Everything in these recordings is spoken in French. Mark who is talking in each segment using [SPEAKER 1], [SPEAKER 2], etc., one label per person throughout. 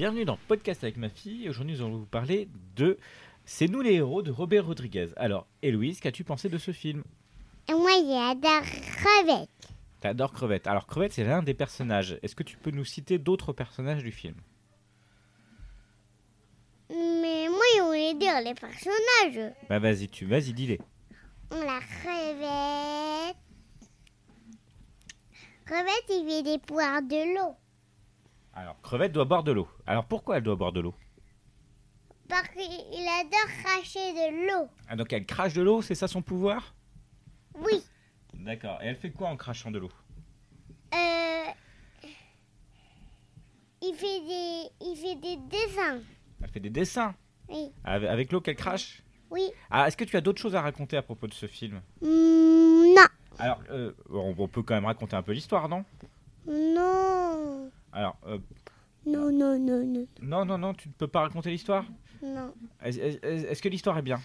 [SPEAKER 1] Bienvenue dans Podcast avec ma fille. Aujourd'hui, nous allons vous parler de C'est nous les héros de Robert Rodriguez. Alors, Héloïse, qu'as-tu pensé de ce film
[SPEAKER 2] Et moi, j'adore crevettes.
[SPEAKER 1] T'adores Crevette. Alors, Crevette, c'est l'un des personnages. Est-ce que tu peux nous citer d'autres personnages du film
[SPEAKER 2] Mais moi, je voulais dire les personnages.
[SPEAKER 1] Bah, vas-y, tu vas-y, dis-les.
[SPEAKER 2] On la crevette. Crevette, il fait des poires de l'eau.
[SPEAKER 1] Alors, Crevette doit boire de l'eau. Alors, pourquoi elle doit boire de l'eau
[SPEAKER 2] Parce qu'il adore cracher de l'eau.
[SPEAKER 1] Ah, donc, elle crache de l'eau, c'est ça son pouvoir
[SPEAKER 2] Oui.
[SPEAKER 1] D'accord. Et elle fait quoi en crachant de l'eau
[SPEAKER 2] Euh, il, fait des, il fait des dessins.
[SPEAKER 1] Elle fait des dessins
[SPEAKER 2] Oui.
[SPEAKER 1] Avec avec l'eau qu'elle crache
[SPEAKER 2] Oui.
[SPEAKER 1] Ah, est-ce que tu as d'autres choses à raconter à propos de ce film
[SPEAKER 2] Hmm, non.
[SPEAKER 1] Alors, euh, on on peut quand même raconter un peu l'histoire, non
[SPEAKER 2] Non.
[SPEAKER 1] Alors, euh,
[SPEAKER 2] Non, non, non, non.
[SPEAKER 1] non, non, non, tu ne peux pas raconter l'histoire
[SPEAKER 2] Non.
[SPEAKER 1] Est-ce- Est-ce est-ce que l'histoire est bien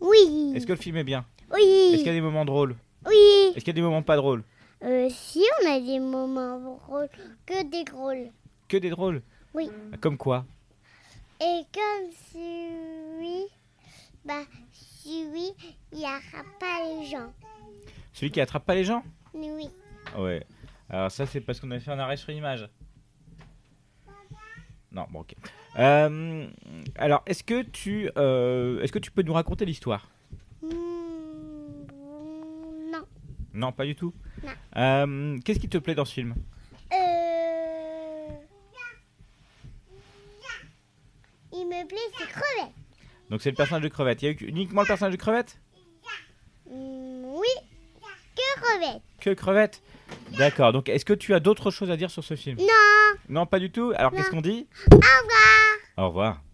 [SPEAKER 2] Oui.
[SPEAKER 1] Est-ce que le film est bien Est-ce
[SPEAKER 2] Oui.
[SPEAKER 1] qu'il y a des moments drôles
[SPEAKER 2] Oui.
[SPEAKER 1] Est-ce qu'il y a des moments pas drôles
[SPEAKER 2] Euh, si on a des moments drôles, que des drôles.
[SPEAKER 1] Que des drôles Ah,
[SPEAKER 2] Oui.
[SPEAKER 1] Comme quoi
[SPEAKER 2] Et comme celui, bah, celui, il n'arrape pas les gens.
[SPEAKER 1] Celui qui attrape pas les gens Ah
[SPEAKER 2] Oui.
[SPEAKER 1] Ouais. Alors ça, c'est parce qu'on a fait un arrêt sur image. Non, bon, ok. Euh, alors, est-ce que tu, euh, est-ce que tu peux nous raconter l'histoire
[SPEAKER 2] Hmm, non.
[SPEAKER 1] Non, pas du tout.
[SPEAKER 2] Non.
[SPEAKER 1] Euh, Qu'est-ce qui te plaît dans ce film
[SPEAKER 2] Euh... Il me plaît, c'est crevettes.
[SPEAKER 1] Donc c'est le personnage de Crevette. Il y a eu uniquement le personnage de Crevette
[SPEAKER 2] Hmm, oui. Que crevettes.
[SPEAKER 1] Que Crevette D'accord. Donc est-ce que tu as d'autres choses à dire sur ce film
[SPEAKER 2] Non.
[SPEAKER 1] Non, pas du tout. Alors qu'est-ce
[SPEAKER 2] Non.
[SPEAKER 1] qu'on dit Au revoir. Au revoir.